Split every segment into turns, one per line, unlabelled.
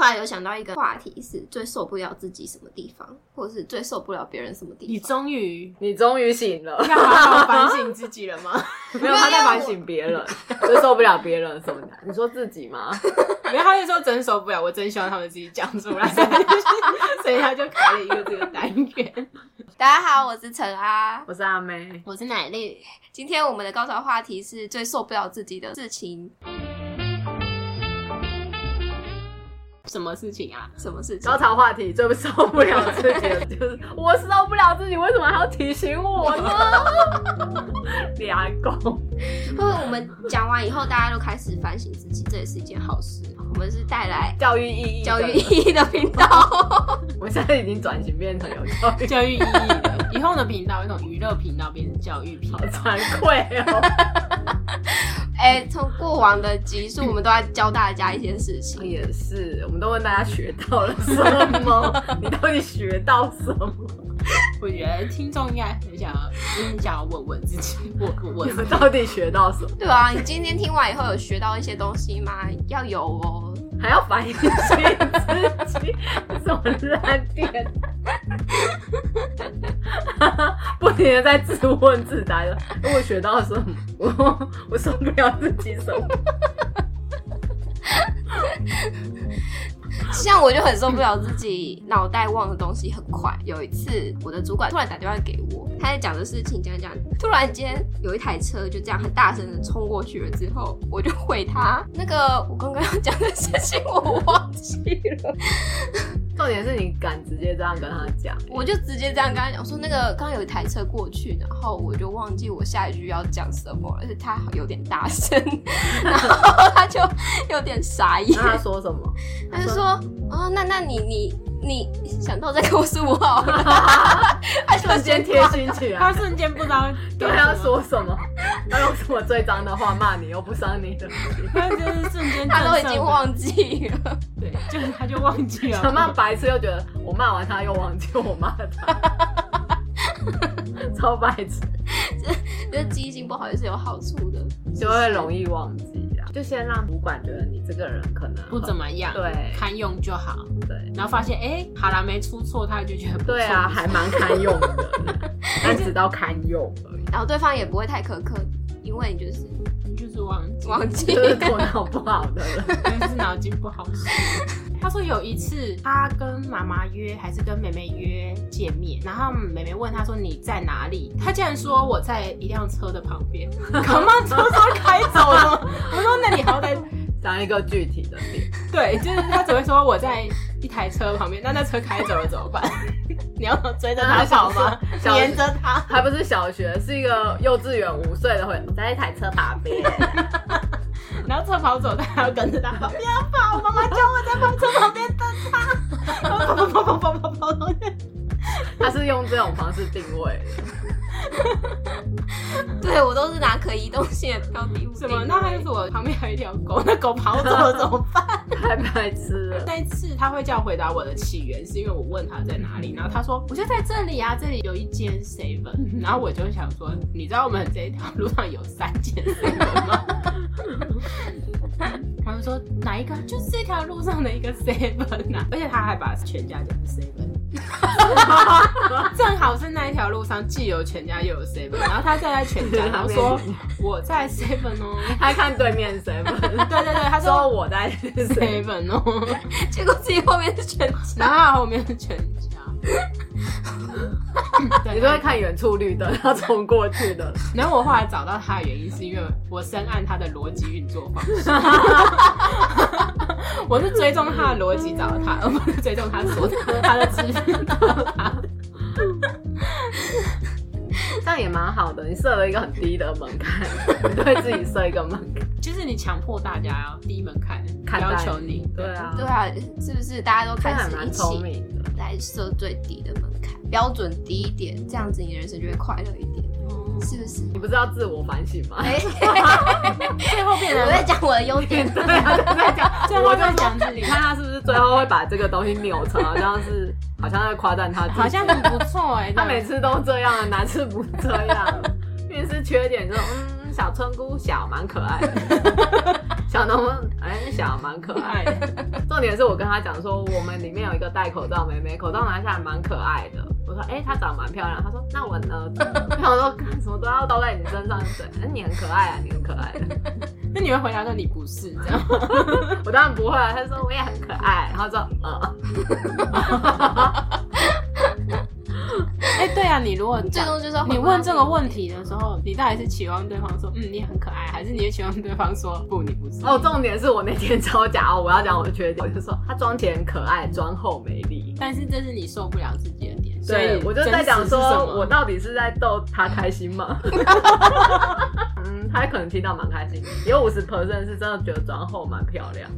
来有想到一个话题是最受不了自己什么地方，或者是最受不了别人什么地方。
你终于
你终于 醒了，
要好好反省自己了吗？
没有他在反省别人，就受不了别人什么的。你说自己吗？
因为他就说真受不了，我真希望他们自己讲出来， 所以他就开了一个这个单元。
大家好，我是陈阿，
我是阿 妹，
我是奶绿，
今天我们的高潮话题是最受不了自己的事情，
什么事情啊？
什么事情
高？潮话题最受不了自己的就是我受不了自己，为什么还要提醒我呢？ 俩狗，
因为我们讲完以后，大家都开始反省自己，这也是一件好事。我们是带来
教育意义，
教育意义的频道，
我现在已经转型变成有教育，
教育意义的，以后的频道会从娱乐频道变成教育频道
好。惭愧哦。
哎、从过往的集数，我们都在教大家一些事情。
也是，我们都问大家学到了什 么？你到底学到什么？
我觉得听众应该很想要，很想要问问自己，我我
你
我
们到底学到什么？
对啊，你今天听完以后有学到一些东西吗？要有哦。
还要反省自己，什么烂店？ 不停的在自问自答，我学到什么？我我受不了自己什么？
像我就很受不了自己脑袋忘的东西很快。有一次，我的主管突然打电话给我，他在讲的事情讲一讲，突然间有一台车就这样很大声的冲过去了，之后我就回他那个我刚刚要讲的事情我忘记了，
重点是你敢直接这样跟他讲，
我就直接这样跟他讲说那个刚刚有一台车过去，然后我就忘记我下一句要讲什么了，而且他有点大声，然后他就有点傻眼
那。他说什么？
他就说：“哦，那那你你你想到再告诉我好了。”他就
瞬间
先
贴
挂
心起来
他，瞬间不知道
对
该
他
怎么
说什么？他用什么最脏的话骂你，又不伤你的心？
他就是瞬间
他都已
震
经
慑
忘记了。
对，就是他就忘记了。
他骂白痴又觉得我骂完他又忘记我骂他， 超白痴，
就是记性不好也是有好处的。
就会容易忘记啊。就先让主管觉得你这个人可能
不怎么样，
对
堪用就好。
对
然后发现哎，好啦，没出错，他就觉得不错
对啊，还蛮堪 用的，但直到堪用而已。
然后对方也不会太苛刻，因为你就是
你就是忘记，
忘记
就。是头脑不好的 人，
就是脑筋不好使。他说有一次，他跟妈妈约还是跟妹妹约见面，然后妹妹问他说你在哪里？他竟然说我在一辆车的旁边，可妈车说开走了。我说那你好歹
讲一个具体的点，
对，就是他只会说我在一台车旁边，那那车开走了怎么办？你要追着他跑吗？
小
黏着他？
还不是小学，是一个幼稚园五岁的会，我在一台车旁边，
然后车跑走，他还要跟着他跑，不要跑，妈妈叫我在跑车旁边等他，跑跑跑跑跑跑跑跑，
他是用这种方式定位的。
对我都是拿可移动性的标的物。
什么？那还有什么？旁边还有一条 狗，那狗跑走了怎么办？
太白痴了。
那一次他会这样回答我的起源，是因为我问他在哪里，然后他说我就在这里啊，这里有一间 seven，然后我就想说，你知道我们这一条路上有三间 seven 吗？ 他就说哪一个？就是这条路上的一个 seven 啊，而且他还把全家讲是 seven，正好是那一条路上既有全家又有 seven，然后他站在全 家，然后说我在 seven 哦，
他看对面谁不是
对对对，他
说
说
我在谁？
seven 哦。
结果自己后面是全
然后他后面是全家。对
你都会看远处绿灯，然后冲过去的。
然后我后来找到他的原因，是因为我深谙他的逻辑运作方式。 我是追踪他的逻辑找到他，而不是追踪他 所他的资讯 找到他。
这样也蛮好的，你设了一个很低的门槛，你对自己设一个门槛。
就是你强迫大家要低门槛
看待
要求你，
对，啊，
对啊，是不是大家都
这
开
还
始
蛮
一起
聪明的。
来设最低的门槛，标准低一点，这样子你的人生就会快乐一点，
嗯
是不是？
你不知道自我反省吗？
哎、
最后变
我
成
在讲我的优点。
对啊，就在讲，
最后
我就
在
说
讲自己
你，看他是不是最后会把这个东西扭成，好像是好像在夸赞他自己，
好像很不错 哎、
他
这样
每次都这样，哪次不这样？面试缺点就是，嗯，小村姑小蛮可爱的，小农哎、小蛮可爱的。重点是我跟他讲说，我们里面有一个戴口罩妹妹，口罩拿下来蛮可爱的。我说哎、她长得蛮漂亮。他说那我呢？我想说干什么都要倒在你身上，对，哎你很可爱啊，你很可爱的。
那你会回答说你不是这样？
我当然不会啊。他说我也很可爱，然后说呃，
哎、对啊，你如 果
最终
哦
就是要
你问这个问题的时
嗯
候，你到底是期望对方说嗯你很可爱，还是你也期望对方说不你不是？
哦，重点是我那天超假哦，我要讲我的缺点，我就说她妆前可爱，妆后美丽。
但是这是你受不了自己的点，所以
对，我就在讲
真实是什
说，
么
我到底是在逗她开心 吗？嗯，她可能听到蛮开心，有五十 percent 是真的觉得妆后蛮漂亮，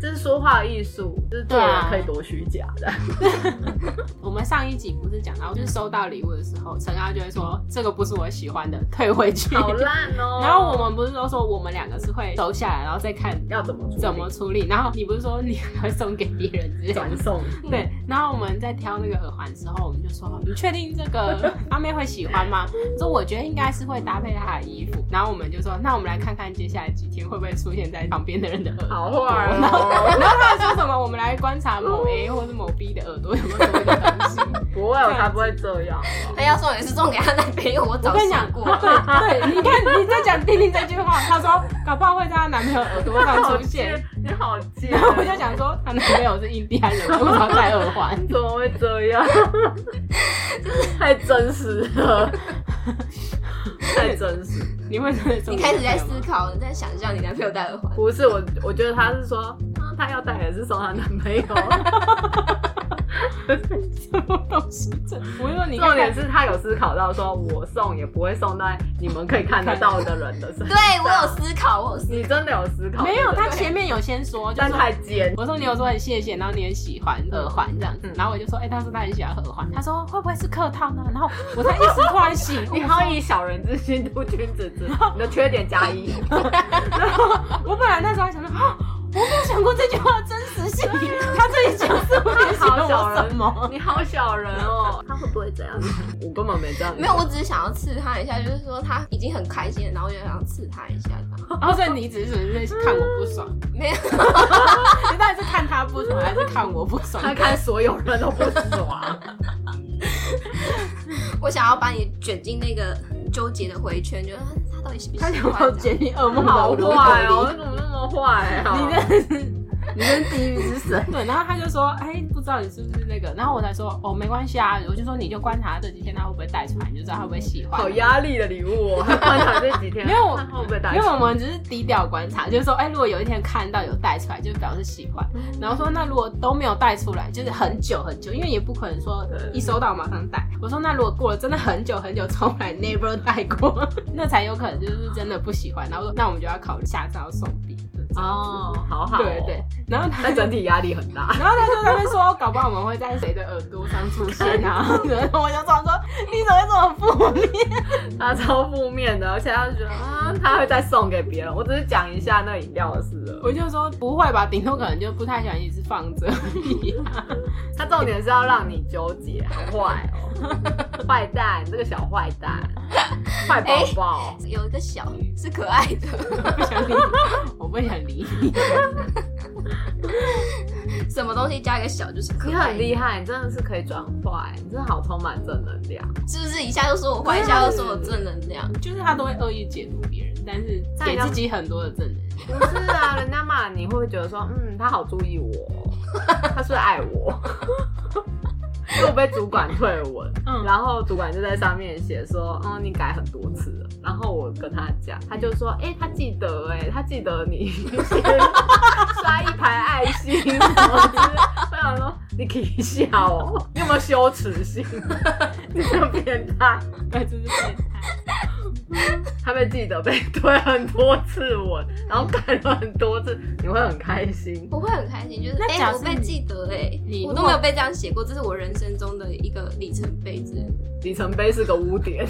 这是说话的艺术，就是做
对
人
啊
可以多虚假的。
我们上一集不是讲到，就是收到礼物的时候，陈浩就会说这个不是我喜欢的，退回去。
好烂哦！
然后我们不是都说我们两个是会收下来，然后再看
要怎么处理
怎么处理。然后你不是说你还会送给别人之类的
转？送？
对，然后我们在挑那个耳环的时候，我们就说：“你确定这 个阿妹会喜欢吗？”她说：“我觉得应该是会搭配她的衣服。”然后我们就说：“那我们来看看接下来几天会不会出现在旁边的人的耳
好
朵。
啊
坏
然后
哦！
然后他还说什么？我们来观察某 A 或是某 B 的耳朵有没有什么东西。
不会，啊我才不会这样。
那哎要送也是送给他男朋友，我
我
早
跟你
说
讲，
过
对
了。
对，你看你在讲丁丁这句话，她说搞不好会在她男朋友耳朵上
好
出现
贱。，你好贱！
然后我就想说，啊她男朋友是印第安人，为什么要戴耳环？
怎么会这 样？太真实了，太真实。
你会真的中
你开始
这个
在
吗
思考，你在想象你男朋友戴耳环，
不是我，我觉得她是说，啊她要带也是送她男朋友。
什么东西？这我就说 你
重
看
点
看，
是她有思考到，说我送也不会送在你们可以看得到的人的身
对
上。
我有思考，我有思
你真的有思考？
没有，
对不对
他前面有先说，就
但
是
太尖。
我说你有说很谢谢，然后你很喜欢耳环这样子
嗯，
然后我就说，哎、他说他很喜欢耳环，他说会不会是客套呢？然后我才一时突然 醒悟
你，好，以小人之心度君子之 腹，你的缺点加 一。
然后我本来那时候还想说，啊，我没有想过这句话的真实 性，他这一讲是我点喜欢我什么？
你好小人 哦，他会不会这样？我根本没这样。
没有，我只是想要刺他一下，就是说他已经很开心了，然后我就想刺他一下吧。
然后哦所以你只是只是看我不爽，
没有，
你到底是看他不爽还是看我不爽？
他看所有人都不 爽。
我想要把你卷进那个纠结的回圈，就是他他到底喜不喜
他
欢
有没有
这样？
剪你耳
我
膜？
好坏哦，你怎么那么坏啊？
你真的是。
你真地狱之神。
哦 对，然后他就说，哎、不知道你是不是那个，然后我才说，哦，没关系啊，我就说你就观察这几天他会不会带出来，你就知道他会不会喜欢。
好压力的礼物哦，还观察这几天，
没有
看会不会打
因为我们只是低调观察，就是说，哎、如果有一天看到有带出来，就表示喜欢。然后说，那如果都没有带出来，就是很久很久，因为也不可能说
对
一收到马上带。我说，那如果过了真的很久很久，从来 never 带过， 那才有可能就是真的不喜欢。然后说，那我们就要考虑下次要送别人。
哦，好好，
对对，，然后他
但整体压力很大。
然后他就在那边说，搞不好我们会在谁的耳朵上出现啊？然后我就想说，你怎么会这么负面？
他超负面的，而且他就觉得啊，他会再送给别人。我只是讲一下那饮料的事而已。
我就说不会吧，顶多可能就不太喜欢一直放着而已啊。
他重点是要让你纠结，好坏哦， 坏蛋，这个小坏蛋， 坏宝宝。
有一个小是可爱的，
不想理，我不想理你。
什么东西加一个小就是可
你
爱
很
的，
厉害，你真的是可以转坏，你真的好充满正能量。
是不是？一下就说我坏，一下又说我正能量，
就是他都会恶意解读别人，但是给自己很多的正能量。
不是 啊，人家骂你会不会觉得说，嗯，他好注意我，他是不是爱 我？因为我被主管退文，
嗯
然后主管就在上面写说，嗯，你改很多次了。然后我跟他讲，他就说，哎、他记得、哎，他记得你刷一排爱心什么之类的。我想说，你可以笑哦，你有没有羞耻心？ 你这个变态，
对，就是变态。
他被记得被退很多次文，然后改了很多次，你会很开心。
我会很开心，就是
那
哎、
假
我
设
被
你
记得哎、
你
我
如
都
果
没有被这样写过，这是我人生中的一个里程碑之类的。
里程碑是个污点。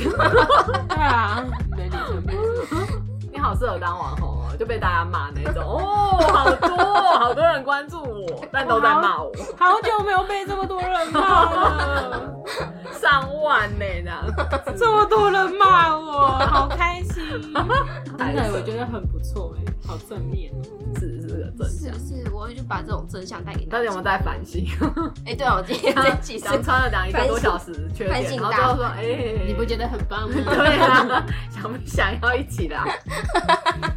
对啊，你的里程碑是
你好适合当网红哦，就被大家骂那种哦，好多哦好多人关注 我，但都在骂我，
好久没有被这么多人骂了，
嗯上万呢这样。
这么多人骂我，好开心真的我觉得很不错哎、好正面哦。
是是个真
是
相
不。是？我就把这种真相带给大
到
家
底有没。有在反省？
哎、对啊，我今 天这集是
想穿了两一个多小时缺
反
点，
省
然后
大
最后
会
说，哎、
啊你不觉得很棒吗？
对啊？ 想不想要一起啊啦？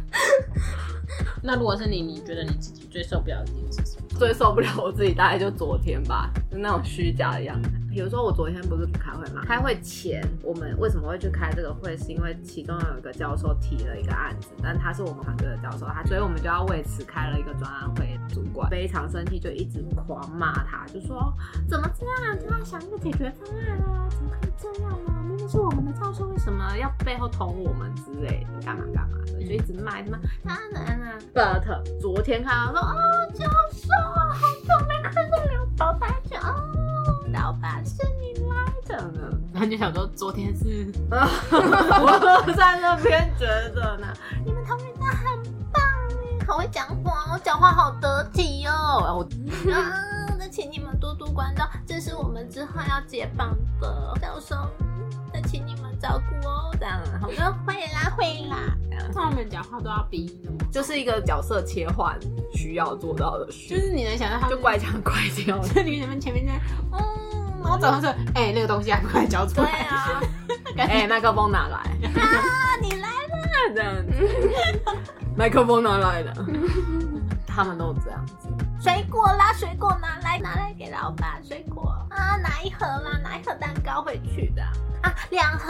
那如果是你，你觉得你自己最受不了的点是什么？
最受不了我自己，大概就昨天吧，就那种虚假的样子。比如说我昨天不是开会嘛，开会前我们为什么会去开这个会，是因为其中有一个教授提了一个案子，但他是我们团队的教授，他所以我们就要为此开了一个专案会，主管非常生气，就一直狂骂他，就说怎么这样，就要想一个解决方案啊，怎么可以这样呢？明明是我们的教授，为什么要背后捅我们之类的，干嘛干嘛的，就一直骂，一直骂。当然啦，But 昨天看到说啊，教授啊，好久没看到刘老板了哦，老板是你来的呢。
然后就想说，昨天是
我在那边觉得呢，你们同学真的很棒哎，好会讲话哦，讲话好得体哦。然后我
啊，那请你们多多关照，这是我们之后要解绑的，到时候嗯再请你们照顾哦。这样，我说会啦会啦，
通常我们讲话都要鼻音的嘛，
就是一个角色切换需要做到的
就
事，
是你能想象他们
就怪腔怪 调。
就你们 前面在，
嗯，
然后早上说，哎、那个东西还不快交出
对
来，
啊，
哎、麦克风拿来，
那你来
这样子， 麦克风拿来了，他们都这样子。
水果啦，水果拿来拿来给老板，水果啊，拿一盒啦，拿一盒蛋糕回去的啊，两盒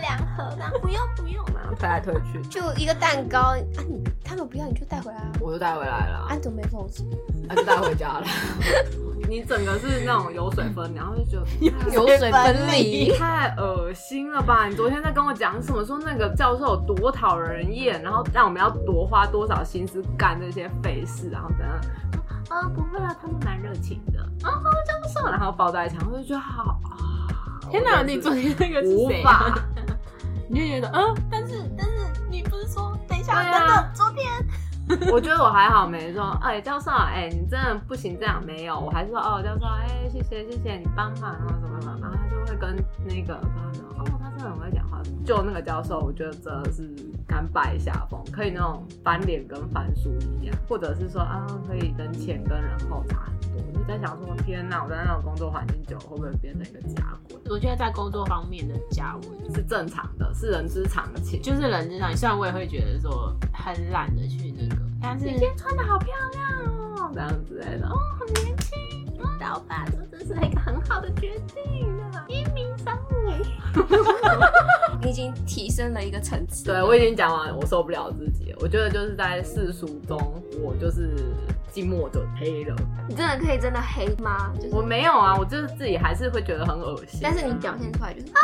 两盒啦， 不用不用啦，
推来推去，
就一个蛋糕啊你，他们不要你就带回来啊。
我就带回来了
啊，，你怎么没封锁？
那就带回家了。 你整个是那种油水分，然后就觉得
油水分离。
太恶心了吧！你昨天在跟我讲什么？说那个教授有多讨人厌，然后让我们要多花多少心思干这些废事，然后等等。啊，不会啊，他们蛮热情的。啊，教授，然后抱在一起，我就觉得好啊！
天
哪，
哪，你昨天那个是
无
谁、
法
啊？。你就觉得，嗯，
但是但是你不是说等一下
对
等
啊
等昨天
我觉得我还好，没说，哎、教授，哎、你真的不行这样，没有，我还是说，哦，教授，哎、谢谢，谢谢你帮忙啊，什么什么，然后他就会跟那个他说，哦，他真的很会讲话，就那个教授，我觉得真的是甘拜下风，可以那种翻脸跟翻书一样，或者是说啊，可以人前跟人后差很多，我就在想说，天哪，我在那种工作环境久，了，会不会变成一个假鬼？
我觉得在工作方面的加我
是正常的，是人之常情。
就是人之常情，虽然我也会觉得说很懒得去那个，但是
你今天穿的好漂亮哦，这样之类的。
老板说这是一个很好的决定啊，英明神武。
你已经提升了一个层次。
对，我已经讲完，我受不了自己了。我觉得就是在世俗中，我就是寂寞的黑了。
你真的可以真的黑吗？就是
我没有啊，我就是自己还是会觉得很恶心。
但是你表现出来就是啊，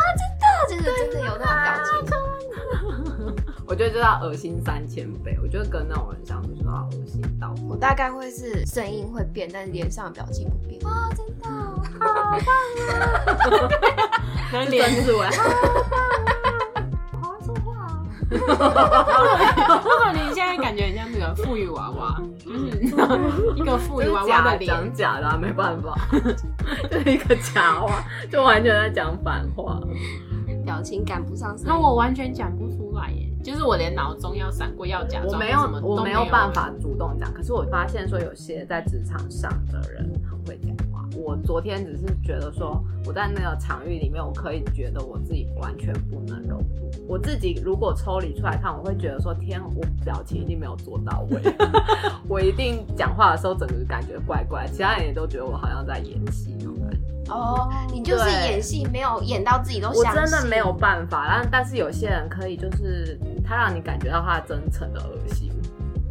真的，就是真的有那种表情。
我觉得就是要恶心三千倍。我觉得跟那种人相处就是要恶心到底。
我大概会是声音会变，但是脸上的表情不变。
哦，真的哦，
然后
曾
脸，
志伟，
好会说话哦。
如果你现在感觉很像那个富裕娃娃，就是你知道一个富裕娃娃
假
嗯的
的
脸，
讲 假的、啊，没办法， 就是一个假话，就完全在讲反话。
表情赶不上声音。
那我完全讲不出来耶，就是我连脑中要闪过要假装，
我没
没
有
什么，都
我
没
没有办。法主动讲。可是我发现说，有些在职场上的人很会讲话。我昨天只是觉得说，我在那个场域里面，我可以觉得我自己完全不能融入。我自己如果抽离出来看，我会觉得说，天，啊我表情一定没有做到位， 我一定讲话的时候整个感觉怪怪，其他人也都觉得我好像在演戏那种感觉。
哦，你就是
对
演戏没有演到自己都
我
相信。
真的没有办法，但但是有些人可以，就是他让你感觉到他真诚的恶心，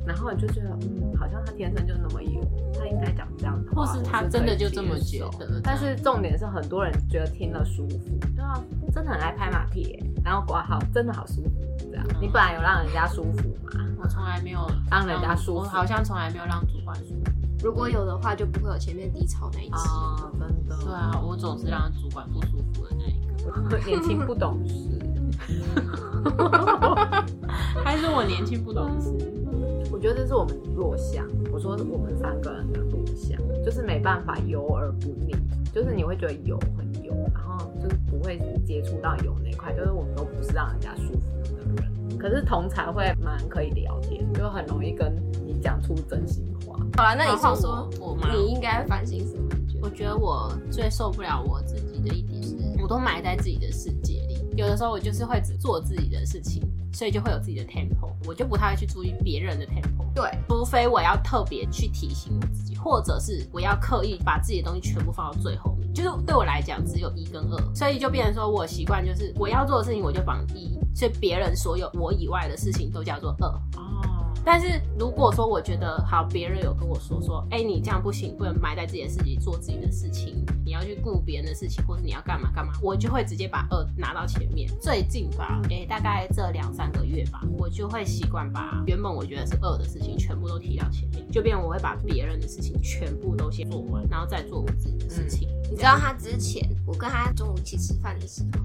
然后你就觉得，嗯，好像他天生就那么有，他应该讲这样的话，
或是他
我
真的
可以
就这么
接
觉
受
得，
但是重点是，很多人觉得听了舒服，对啊，真的很爱拍马屁耶，然后挂号真的好舒服，
嗯
这样。你本来有让人家舒服吗？
我从来没有
让人家舒服
我好像从来没有让主管舒服。
如果有的话，就不会有前面低潮那一集。
啊，真的，
对啊，我总是让主管不舒服的那一个。
年轻不懂事。
还是我年轻不懂
嗯
事，
我觉得这是我们弱项。我说我们三个人的弱项，就是没办法油而不腻，就是你会觉得油很油，然后就是不会接触到油那一块，就是我们都不是让人家舒服的人。可是同才会蛮可以聊天，就很容易跟你讲出真心话。
好了，那你说
换
说，
我我吗？
你应该反省什么？你觉得
嗯
我觉得我最受不了我自己的一点是，我都埋在自己的世界里。有的时候我就是会只做自己的事情，所以就会有自己的 tempo，我就不太会去注意别人的 tempo。
对，
除非我要特别去提醒我自己，或者是我要刻意把自己的东西全部放到最后面。就是对我来讲，只有一跟二，所以就变成说我习惯就是我要做的事情我就绑一，所以别人所有我以外的事情都叫做二。
哦，
但是如果说我觉得好，别人有跟我说说，哎、你这样不行，不能埋在自己的事情做自己的事情，你要去顾别人的事情，或者你要干嘛干嘛，我就会直接把二拿到前面。最近吧，哎、大概这两三个月吧，我就会习惯把原本我觉得是二的事情全部都提到前面，就变成我会把别人的事情全部都先做完，然后再做我自己的事情。
你知道他之前我跟他中午一起吃饭的时候，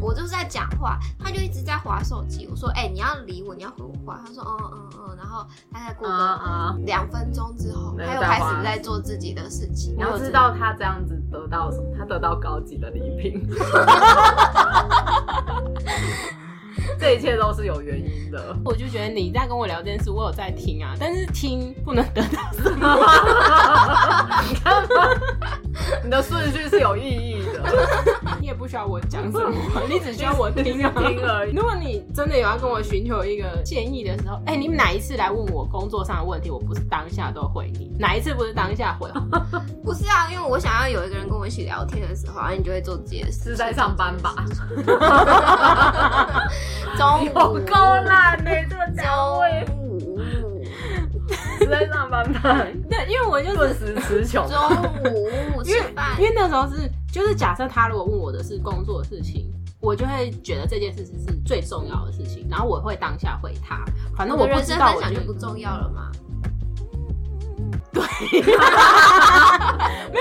我就是在讲话，他就一直在划手机。我说：“哎、你要理我，你要回我话。”他说：“嗯嗯嗯。”然后他再过
啊
个
啊！
两分钟之后，
没有
他又
再
开
滑
始在做自己的事情
你。
然后
要知道他这样子得到什么，他得到高级的礼品。这一切都是有原因的。
我就觉得你在跟我聊这件事，我有在听啊，但是听不能得到什么。
你看吧，你的顺序是有意义的。
你也不需要我讲什么，你只需要我听 啊。
听而已
如果你真的有要跟我寻求一个建议的时候，哎、你们哪一次来问我工作上的问题，我不是当下都回你，哪一次不是当下 回？
不是啊，因为我想要有一个人跟我一起聊天的时候，然后你就会做自己的事。
是在上班 吧？
中
有
午
够烂呢，这个单位
中午
是在上班吧？
对，因为我就是
顿时词穷。
中午
因
吃
为
饭
因，为那时候是就是假设他如果问我的是工作的事情。我就会觉得这件事情是最重要的事情，然后我会当下回他。反正
我
我
的
不
人
知
生
道，
分
我
享
就
就不重要了嘛。
没有，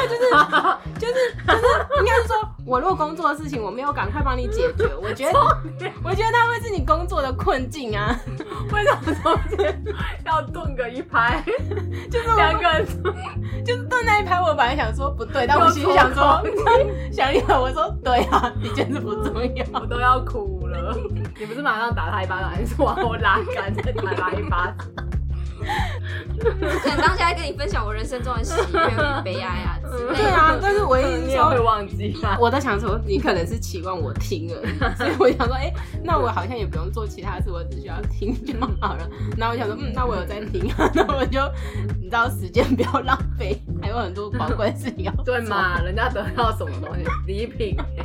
就是就是就是，应该是说，我如果工作的事情我没有赶快帮你解决，我 觉得我觉得它会是你工作的困境啊。
为什么中间要顿个一拍？
就是
两
我
个人
就是对那一拍，我本来想说不对，但我心里想说， 想一想，我说对啊， 的确是不重要。
我都要哭了。你不是马上打他一巴掌，还是往后拉杆再打他一巴掌？
可能当下在跟你分享我人生中的喜悦与悲哀啊之类
对
的。
啊，但是我一直
你也会
说。
忘记他。
我在想说，你可能是期望我听而 已，所以我想说，哎、那我好像也不用做其他事，我只需要听就好了。然后我想说，嗯，那我有在听啊， 那我就你知道时间不要浪费，还有很多宝贵的事情要做
对？嘛，人家得到什么东西？礼品、欸，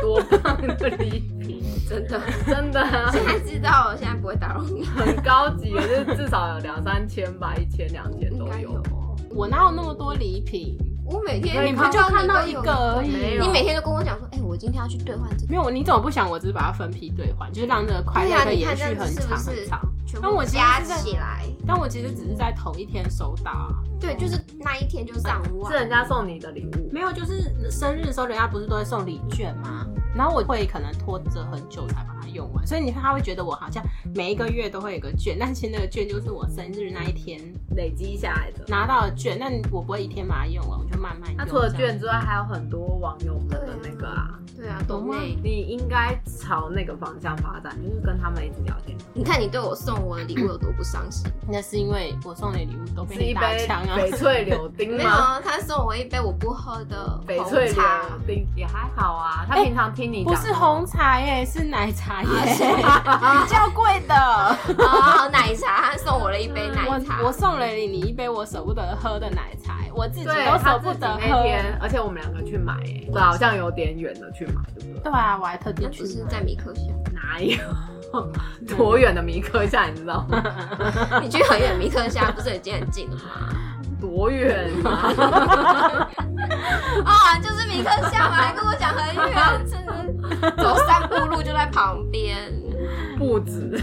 多棒的礼品，
真的，
真的啊、
现在知道了，现在不会打扰你，
很高级，就是至少有两三千吧，一千、两千都
应该有
有。
哦。
我哪有那么多礼品？
我每天
你
你
不
不
看
就看到
你
一
都有
个而已？
没有
你每天都跟我讲说，哎、我今天要去兑换这个。
没有，你怎么不想？我只是把它分批兑换，就是让这个快
对
乐
啊，
可以
你看
延续
这样
很
子是
长
不是
很长。？
全
但
部
我其实
加
是在
起来，
但我其实只是在同一天收到啊，
对，就是那一天就上啊万
是。人家送你的礼物，
没有，就是生日的时候人家不是都会送礼券吗？然后我会可能拖着很久才把它用完，所以你看他会觉得我好像每一个月都会有一个券，但其实那个券就是我生日那一天
累积下来的。
拿到的券，但我不会一天把它用完，我就慢慢用。
那除了券
子，
之外，还有很多网友们的那个啊，
对啊，
懂
懂
吗
内。
你应该朝那个方向发展，就是跟他们一直聊天，
你看你对我送我的礼物有多不伤心？
那是因为我送的礼物都被
是
你
一
打
杯
枪啊。
翡翠柳丁
没有
吗？
啊，他送我一杯我不喝的
翡
红
翠柳
茶，
丁也还好啊，他
哎
平常听你
不
讲
是红茶耶，啊是奶茶耶， 比较贵的。
哦，奶茶，他送我了一杯奶茶。
嗯我我送了你一杯我舍不得喝的奶茶，我自己
对，
都
他
舍
自
不
己
得
那
喝。
天，而且我们两个去买、欸，对啊，好像有点远的去买，对不对？
对啊，我还特地
那
去
不是
买
在米克夏，
哪有多远的米克夏，你知道吗？
你去很远米克夏，不是已经很近了吗？
多远啊？
啊、就是米克夏嘛，还跟我讲很远，真的走三步路就在旁边。
不止，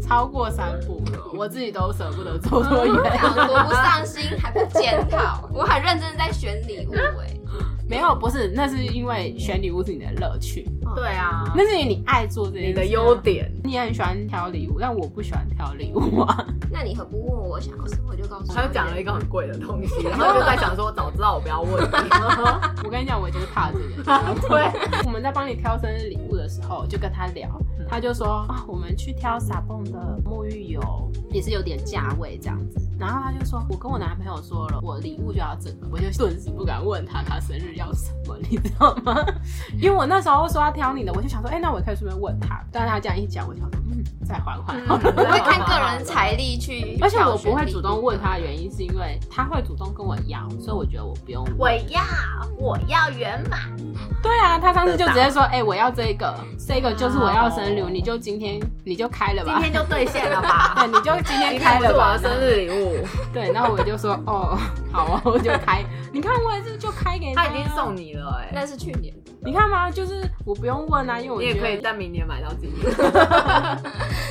超过三步了，我自己都舍不得走 多远。
讲多不上心，还不检讨，我很认真在选礼物哎、
没有，不是，那是因为选礼物是你的乐趣，
对啊，
那是因为你爱做这件
你
事啊
的优。点。
你也很喜欢挑礼物，但我不喜欢挑礼物啊。
那你何不问我想要什么，我就告诉你。
他就讲了一个很贵的东西，然后就在想说，早知道我不要问你。
我跟你讲，我就是怕这个。
对，
我们在帮你挑生日礼物的时候，就跟他聊，他就说啊，我们去挑撒泵的沐浴油，也是有点价位这样子。然后他就说，我跟我男朋友说了，我礼物就要这个，我就顿时不敢问他他生日要什么，你知道吗？ 因为我那时候说要挑你的，我就想说，哎、那我也可以顺便问他。但是他这样一讲，我想说，嗯，再缓缓好了。
我会看个人财力去，
而且我不会主动问他的原因，是因为他会主动跟我要，所以我觉得我不用问。
我要，我要圆满。
对啊，他上次就直 接说，哎、我要这个，这个就是我要生日礼物，你就今天你就开了
今
吧。
天就兑现了吧？
对，你就今天开
不是
了
我
吧
的。生日礼物，
对，然后我就说，哦， 好哦，我就开。你看我也是就开给
他已经送
你，
你了哎、
那是去年的，
你看吗？就是我不用问啊，因为我
你也
觉得
可以在明年买到今年。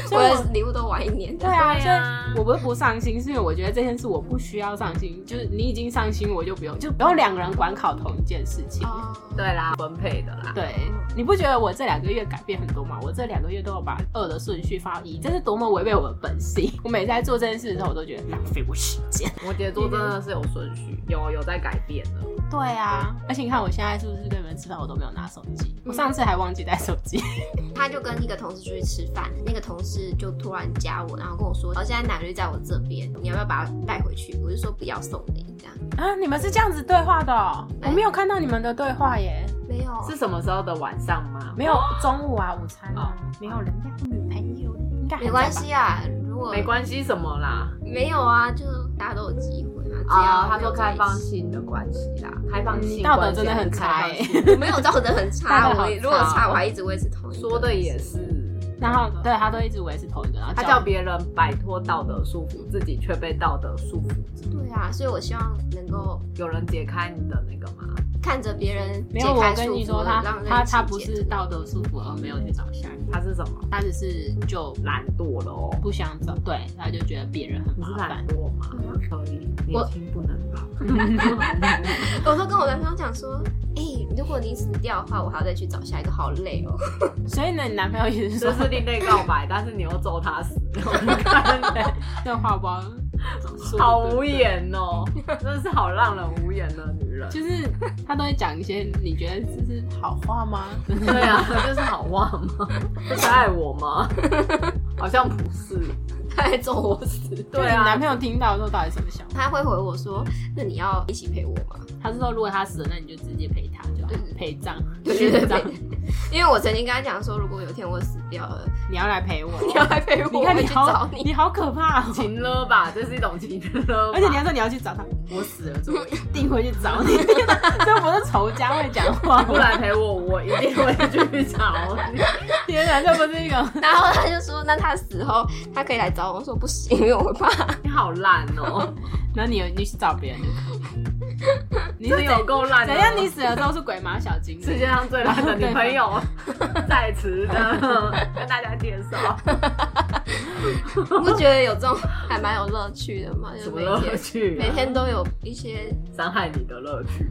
所
我
以我
的礼物都晚一年。
对啊，
对啊
所以我不是不上心，是因为我觉得这件事我不需要上心，就是你已经上心，我就不用，就不用两个人管考同一件事情。
哦，
对啦，分配的啦。
对，你不觉得我这两个月改变很多吗？我这两个月都有把二的顺序放到一，这是多么违背我的本性！ 我每次在做这件事的时候，我都觉得浪费我时间。
摩羯座真的是有顺序，有有在改变的。
对啊，嗯而且你看我现在是不是跟你们吃饭我都没有拿手机？我上次还忘记带手机。
他就跟一个同事出去吃饭，那个同事就突然加我，然后跟我说：“哦，现在奶绿在我这边，你要不要把它带回去？”我就说：“不要送你。”这样
啊，你们是这样子对话的哦、
对
我没有看到你们的对话耶，
没有，
是什么时候的晚上吗？
没有中午啊，午餐啊，
哦
没有人家有女朋友，应该还在
没
吧
关。系啊。如果
没关系，什么啦？
没有啊，就大家都有机会嘛。只
啊、
要
他说
没有在
开
一起
放，性的关系啦，开放性
嗯道德
关系
真的
还是
很
开
差
放
耶
性。
我 没有照的很
道
差。
德好
我如果
差
差，我还一直维持同一个。
说的也是，
然后对他都一直维持同一个，然后
他叫别人摆脱道德束缚，自己却被道德束缚。
对啊，所以我希望能够
有人解开你的那个吗？
看着别人
没
解
有，我
开
跟
束
你
缚
说，
了
他
让人
他
一起
他不
解
是
脱
道德束缚而没有去找下一个，
他是什么？
他只是就
懒惰咯。
不想走，对，他就觉得别人很
你是
麻烦
懒。惰吗？可以，年轻不能吧？
我都跟我男朋友讲说，哎、如果你死掉的话，我还要再去找下一个，好累哦。
所以呢，你男朋友也是
这
说
是另类告白，但是你又咒他死，
这话不好说，
好
对
无言哦，真是好让人无言的女人。
就是他都会讲一些你觉得这是好话吗？
对啊，就是好忘吗？这是爱 我吗？好像不是。
他还咒我死，
对
就是你男
啊，
朋友听到的时候到底什么想法？
他会回我说，那你要一起陪我吗？
他是说如果他死了，那你就直接陪他就好
对对，对
陪葬，
对对对
陪葬，
因为我曾经跟他讲说，如果有一天我死掉了，
你要来陪我。
你要来陪我，
你看
我
你
会去找
好，
你。
你好可怕哦！
情了吧，这是一种情了吧。
而且你还说你要去找他，我死了，所以我 一定会去找你。这不是仇家会讲话
不
吗？
来陪我，我一定会去找你。
天哪，这不是一个
然后他就说，那他死后他可以来找我。我说不行，因为我会怕。
你好烂哦，
那你你去找别人就可以。你
你
是
是有
怎
够烂的。哦
怎样？你死了之后是鬼马小精
世
灵
界？上最烂的女朋 友在此 的跟大家介绍，
你不觉得有这种还蛮有乐趣的 吗？就
什么
每
乐
天
趣啊、
每天都有一些
伤害你的乐趣，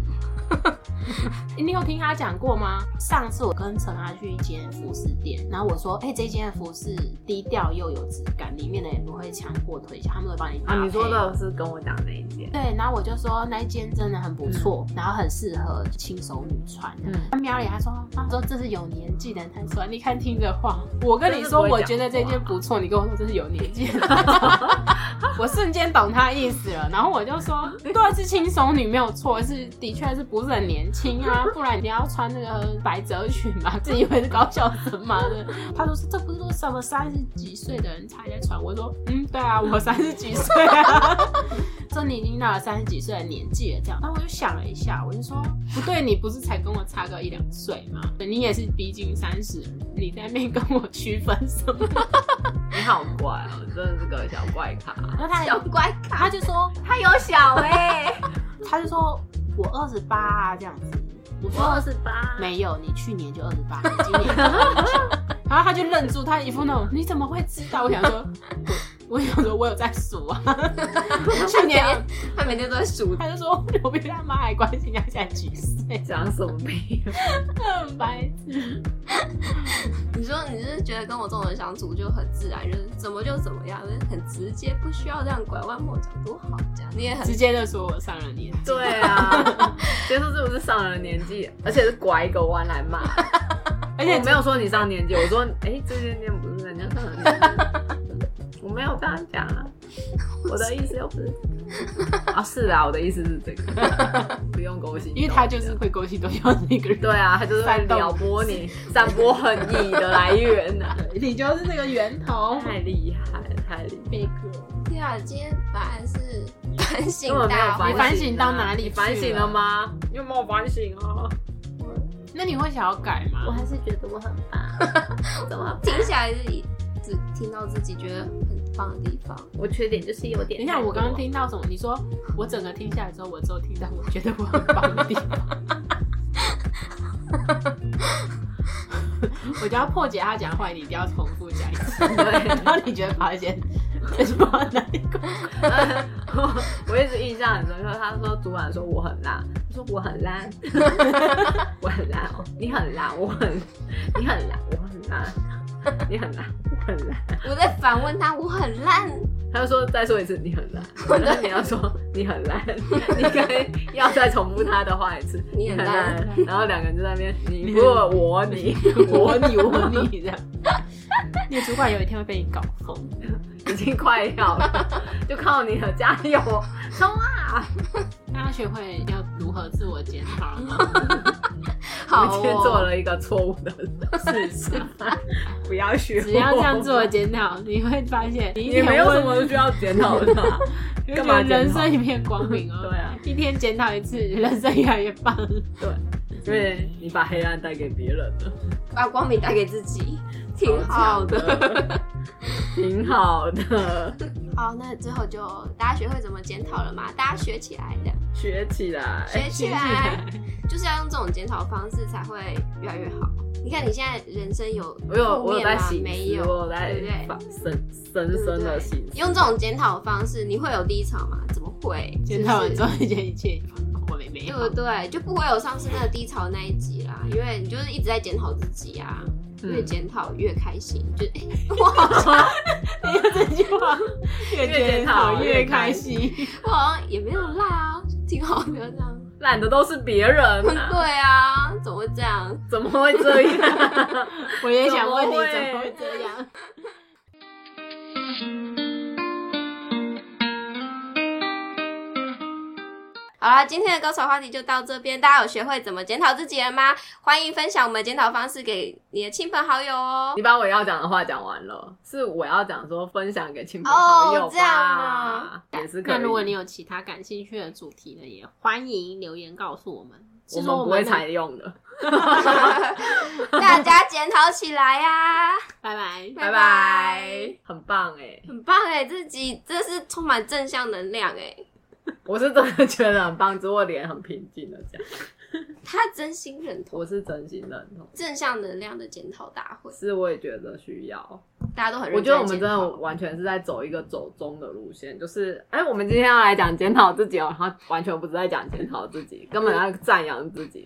你有听他讲过吗？上次我跟陈阿去一间服饰店，然后我说，哎、这间服饰低调又有质感，里面的也不会强迫推销，他们会帮你搭
啊！
配。
你说的是跟我讲那一件，
对，然后我就说那一间真的很不错，然后很适合轻熟女穿。
嗯
他瞄了一眼，他说：“他说这是有年纪的人才穿。”你看听着话，我跟你说，
真的不会
我觉得这件不错。你跟我说这是有年纪的人才穿，我瞬间懂他意思了。然后我就说：“对，是轻熟女没有错，是的确是不是很年轻啊？不然你要穿那个百褶裙嘛，自以为是高校生嘛的。”他说：“这不是都什么三十几岁的人才在穿？”我说：“嗯，对啊，我三十几岁啊。”说你已经到了三十几岁的年纪了，这样。然后我就想了一下，我就说，不对，你不是才跟我差个一两岁吗？你也是逼近三十，你在那边跟我区分什么？
你好怪哦，真的是个小怪咖。
然后他
小乖卡，
他就说，
他有小哎、
他就说我二十八啊，这样子。我
我
说
二十八，
没有，你去年就二十八，你今年就29。然后他就愣住，他一副那种你怎么会知道？我想说， 我我想说我有在数啊，去年
他每天都在数。
他就说 我比他妈还关心他现在几岁，
讲什么屁？
很 白痴。
你说你是觉得跟我这种人相处就很自然，就是怎么就怎么样，就是很直接，不需要这样拐弯抹角，多好。这样你也很
直接就说我上了年纪。
对啊，接受是不是上了年纪，而且是拐一个弯来骂，
而且
我没有说你上年纪，我说哎、这些年不是人家上的年纪，我没有这样讲啊，我的意思又不是啊，是啊，我的意思是 这个，不用勾心斗角，
因为他就是会勾心斗角的那个人。
对啊，他就是会
煽动
撩拨你散播恨意的来源呐、
你就是那个源头
太厉害了，太厉害了。
，big girl。
对啊，今天答案是反省
根本没有
大
反啊
会
你。反省到哪里去
你
了
反省了吗？你有没有反省啊？
那你会想要改
我
吗？
还是觉得我很棒， 怎么？
听起来是只听到自己觉得很棒的地方。
我缺点就是有点
等一下，
太多
我刚刚听到什么？你说我整个听下来之后，我只有听到我觉得我很棒的地方。 我就要破解他讲话，你一定要重复讲一次。 然后你觉得发现这句话哪里怪？
我 我一直印象很深刻，他说主管说我很烂，他说我很烂， 我很烂哦，你很烂，我很，你很烂，我很烂，你很烂，我很烂。
我在反问他，我很烂，
他就说再说一次你很烂，我说你要说你很烂，你跟要再重复他的话一次，
你很烂
你很然后两个人就在那边你不我你
我你我你这样， 你的主管有一天会被你搞疯。
已经快要了，就靠你了，加油，
哦
冲啊！
大家学会要如何自我检讨吗？
好、哦，
我今天做 了一个错误的事情， 不要学我。
只要这样自我检讨，你会发现你一
也
天
没有什
问
么需要检讨的吧。
就觉
干嘛
得
检讨
人生一片光明 哦。
对啊，
一天检讨一次，人生越来越棒。
对， 因为你把黑暗带给别人了，
把光明带给自己，挺好的。
的， 挺好的，
好，那最后就大家学会怎么检讨了吗？大家学起来 的，
学起来。哎
学起来，就是要用这种检讨方式才会越来越好。你看你现在人生有
我有
负
我有
面
在
吗？
醒思，
没有，
我有在
对不对
反深深
对不
深
对
的醒思。
用这种检讨方式，你会有低潮吗？怎么会？
检讨完
就是
之后，你觉得一切我 没没
对
好
不对？就不会有上次那个低潮那一集啦，因为你就是一直在检讨自己啊，
嗯
越检讨越开心，就
因为啊这句话越检讨越开心。
我好像也没有烂啊，挺好的这样。
懒的都是别人啊，
对啊，怎么会这样？
怎么会这样？
我也想问你，
怎么会
怎么会这样？
好啦，今天的高潮话题就到这边。大家有学会怎么检讨自己了吗？欢迎分享我们的检讨方式给你的亲朋好友哦
你。把我要讲的话讲完了，是我要讲说分享给亲朋好友吧，
哦这样啊
也是可以。
那如果你有其他感兴趣的主题呢，也欢迎留言告诉我们。
我
是
们
说
不
我
会
们
采用的，
大家检讨起来啊呀、
拜拜。
拜拜
拜拜，很棒哎，
很棒哎、这集这是充满正向能量哎、
我是真的觉得很棒，只不过脸很平静的讲，
他真心认同
我是真心认同，
正向能量的检讨大会，
是我也觉得需要。
大家都很
我
认
觉
真
得
地
我们真
检
的
讨
完全是在走一个走中的路线，就是哎、 我们今天要来讲检讨自己哦，然后完全不是在讲检讨自己，根本要赞扬自己。